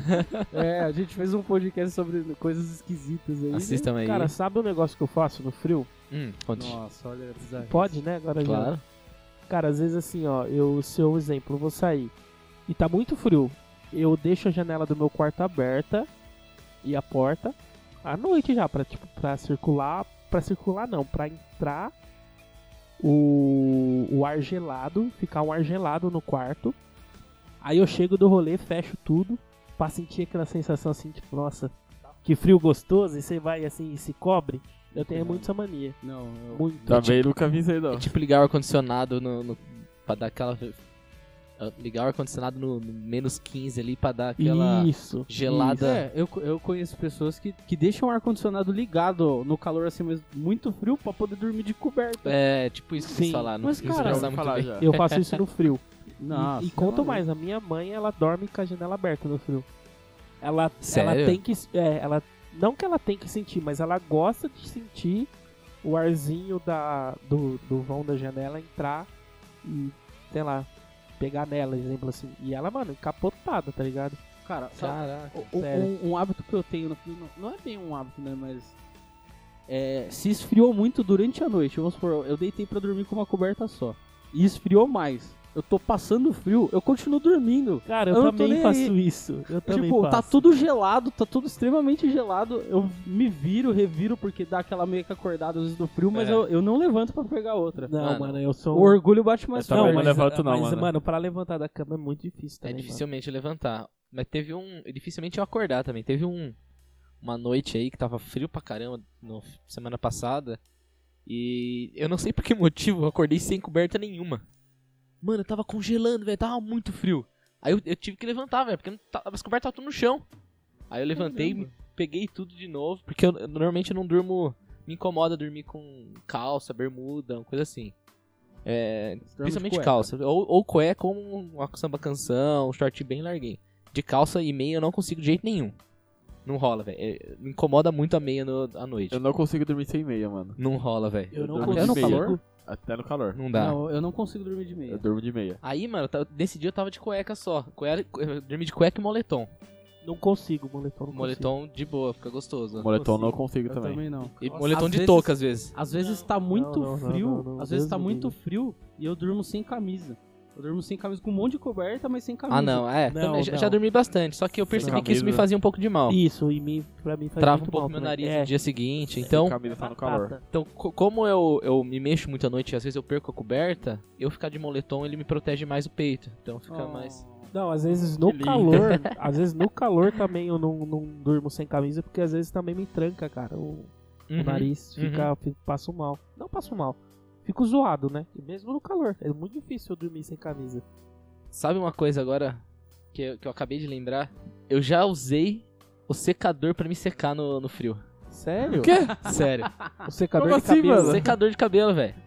É, a gente fez um podcast sobre coisas esquisitas aí. né?
Assistam aí.
Cara, sabe o negócio que eu faço no frio?
Hum, conte.
Nossa, olha, bizarro.
Pode, né? Agora já.
Claro.
Cara, às vezes assim, ó, eu, se eu, exemplo, eu vou sair e tá muito frio, eu deixo a janela do meu quarto aberta e a porta à noite já, pra, tipo, pra circular, pra circular não, pra entrar o, o ar gelado, ficar um ar gelado no quarto. Aí eu chego do rolê, fecho tudo, pra sentir aquela sensação assim, tipo, nossa, que frio gostoso, e você vai assim e se cobre. Eu tenho muito essa mania,
Não, eu...
muito.
Também nunca vi isso aí,
É
não.
tipo ligar o ar-condicionado no, no. pra dar aquela. ah, Ligar o ar-condicionado no, no menos 15 ali pra dar aquela
Isso.
gelada.
É, eu, co- eu conheço pessoas que, que deixam o ar-condicionado ligado no calor assim, mas muito frio, pra poder dormir de coberta.
É, tipo isso que
Sim.
vocês falaram. não
Mas,
quis
cara,
expressar
ouvi
muito
falar
bem.
já.
Eu faço isso no frio.
Nossa, tá
e, e conto
mano.
mais, a minha mãe, ela dorme com a janela aberta no frio. Ela, ela
Sério?
tem que. É, ela. Não que ela tem que sentir, mas ela gosta de sentir o arzinho da, do, do vão da janela entrar e, sei lá, pegar nela, exemplo assim. E ela, mano, encapotada, tá ligado?
Cara, sabe,
Caraca.
um-
sério.
um, um hábito que eu tenho, no- não, não é bem um hábito, né, mas... é, se esfriou muito durante a noite, vamos supor, eu deitei pra dormir com uma coberta só. E esfriou mais. Eu tô passando frio, eu continuo dormindo.
Cara, eu,
Eu não tô
também
nem
faço isso. Eu também
tipo, tá
faço.
tudo gelado, tá tudo extremamente gelado. Eu me viro, reviro, porque dá aquela meio que acordada às vezes do frio, mas
É.
eu, eu não levanto pra pegar outra.
Não, mano,
Mano,
eu sou.
O orgulho bate mais
Eu também
forte.
não levanto não,
mas,
mano.
mano, pra
Tá
levantar da cama né? é muito difícil
É
também. mano.
dificilmente levantar. Mas teve um. Dificilmente eu acordar também. Teve um. Uma noite aí que tava frio pra caramba no, semana passada. E eu não sei por que motivo eu acordei sem coberta nenhuma. Mano, eu tava congelando, velho. Tava muito frio. Aí eu, eu tive que levantar, velho. Porque não tá- as cobertas estavam tudo no chão. Aí eu levantei, peguei tudo de novo. Porque eu, eu normalmente não durmo me incomoda dormir com calça, bermuda, uma coisa assim.
Você
É,
dorme de
principalmente
cueca.
calça. Ou, ou cueca com uma samba canção, um short bem larguinho. De calça e meia eu não consigo de jeito nenhum. Não rola, velho. É, me incomoda muito a meia no- à noite.
Eu não consigo dormir sem meia, mano.
Não rola, velho.
Eu não
durmo de
Até no
meia.
calor?
Até no calor.
Não dá.
Não, eu não consigo dormir de
Eu
meia.
durmo de meia.
Aí, mano, eu tava- nesse dia eu tava de cueca só. Cueca, eu dormi de cueca e moletom.
Não consigo, moletom não
Moletom
assim?
de boa, fica gostoso. né?
Moletom não
Eu
consigo
também.
também.
não.
E
Nossa,
moletom
às
de
vezes-
touca, às vezes.
Às vezes tá muito
não, não,
frio,
não, não,
às
Deus
vezes tá
me
muito
livre.
frio e eu durmo sem camisa. Eu durmo sem camisa com um monte de coberta, mas sem camisa.
Ah, não, é.
Não,
também já-
não.
Já dormi bastante, só que eu percebi que isso me
camisa.
fazia um pouco de mal.
consigo. Isso, e mim, pra
tá
mim faz
Trava um
muito
pouco
mal
meu
também.
nariz
É,
no dia seguinte. Então,
E camisa tá no
batata.
calor.
então co- como eu, eu me mexo muito à noite e às vezes eu perco a coberta, eu ficar de moletom ele me protege mais o peito. Então fica
Oh.
mais.
Não, às vezes no
Que lindo.
calor, às vezes no calor também eu não, não durmo sem camisa, porque às vezes também me tranca, cara, o, o
Uhum.
nariz, fica, fico- passo mal. Não passo mal, fico zoado, né? E mesmo no calor, é muito difícil eu dormir sem camisa.
Sabe uma coisa agora que eu, que eu acabei de lembrar? Eu já usei o secador pra me secar no, no frio.
Sério?
Sério.
O secador
Como
de
assim,
cabelo.
mano?
secador de cabelo, velho.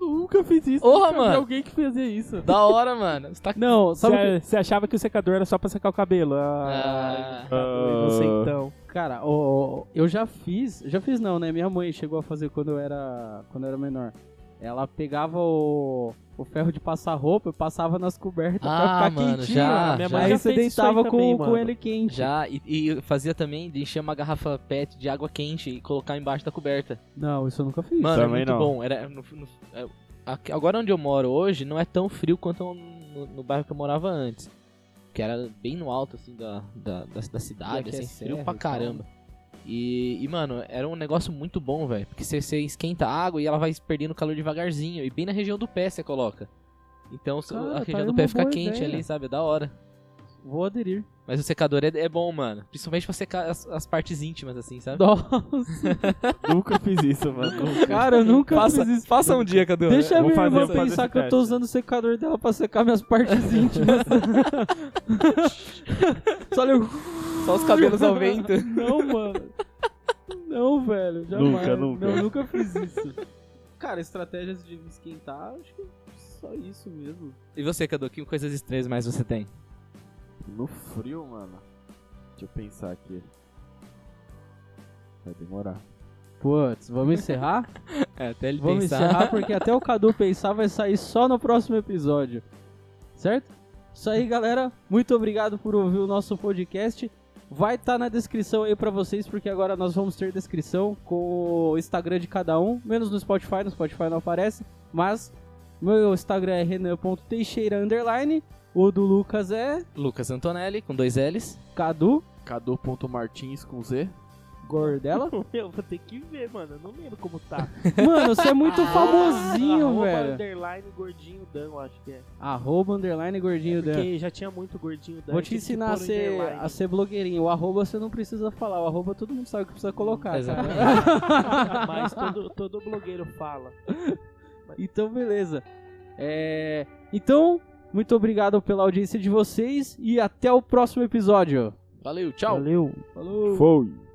Nunca fiz isso.
Porra,
nunca vi
mano.
alguém que fazia isso.
Da hora, mano. Você tá
Não, sabe o que-
Você achava que o secador era só pra secar o cabelo? Ah,
Ah.
tá doido, eu sei então.
Cara, ó, eu já fiz, já fiz não, né? Minha mãe chegou a fazer quando eu era, quando eu era menor. Ela pegava o, o ferro de passar roupa e passava nas cobertas
Ah,
pra ficar
mano,
quentinho. né?
já,
ó.
Minha
mãe
aí
já
você
fez isso aí
deitava
também,
com, com
mano.
ele quente.
Já, e, e fazia também de encher uma garrafa PET de água quente e colocar embaixo da coberta.
Não, isso eu nunca fiz.
Mano,
Também
é muito
não.
bom. Era, no- no- é, aqui- agora onde eu moro hoje não é tão frio quanto no, no bairro que eu morava antes. Que era bem no alto, assim, da, da, da, da cidade,
E aqui é
assim, frio
serra
pra
e tal.
caramba. E, e, mano, era um negócio muito bom, velho. Porque você, você esquenta a água e ela vai perdendo calor devagarzinho. E bem na região do pé você coloca. Então se-
Cara,
a
tá
região
aí
do
uma
pé fica
boa
quente
ideia.
ali, sabe? É da hora.
Vou aderir.
Mas o secador é, é bom, mano. Principalmente pra secar as, as partes íntimas, assim, sabe?
Nossa,
nunca fiz isso, mano.
cara, eu nunca
Passa,
fiz isso.
passa um dia, Cadu.
Deixa a
vou
minha
fazer-
irmã
vou fazer
pensar
esse
que eu tô
teste.
usando o secador dela pra secar minhas partes íntimas. Só olha o-
Só os cabelos ao vento.
Não, mano. Não, velho. Jamais.
Nunca, nunca.
Não, nunca fiz isso. Cara, estratégias de me esquentar, acho que é só isso mesmo.
E você, Cadu, que coisas estranhas mais você tem?
No frio, mano. Deixa eu pensar aqui. Vai demorar.
Putz, vamos encerrar?
É, até ele
vamos encerrar porque até o Cadu pensar vai sair só no próximo episódio. Certo? Isso aí, galera. Muito obrigado por ouvir o nosso podcast. Vai estar na descrição aí pra vocês, porque agora nós vamos ter descrição com o Instagram de cada um, menos no Spotify, no Spotify não aparece, mas meu Instagram é renan.teixeira, underline, o do Lucas é
Lucas Antonelli, com dois L's.
Cadu,
Cadu.martins com Z.
Gordela.
Eu vou ter que ver, mano, eu não lembro como tá.
Mano, você é muito famosinho,
Ah, Arroba
velho.
underline gordinho dan, eu acho que é.
Arroba, underline, gordinho, Dan.
Porque já tinha muito gordinho dan.
Vou
eu
te
tive que
ensinar a
pôr o
ser,
underline.
a ser blogueirinho. O arroba você não precisa falar. O arroba todo mundo sabe que precisa colocar. cara.
Mas todo, todo blogueiro fala.
Então, beleza. É, Então, muito obrigado pela audiência de vocês e até o próximo episódio.
Valeu, tchau.
Valeu.
Falou!
Foi.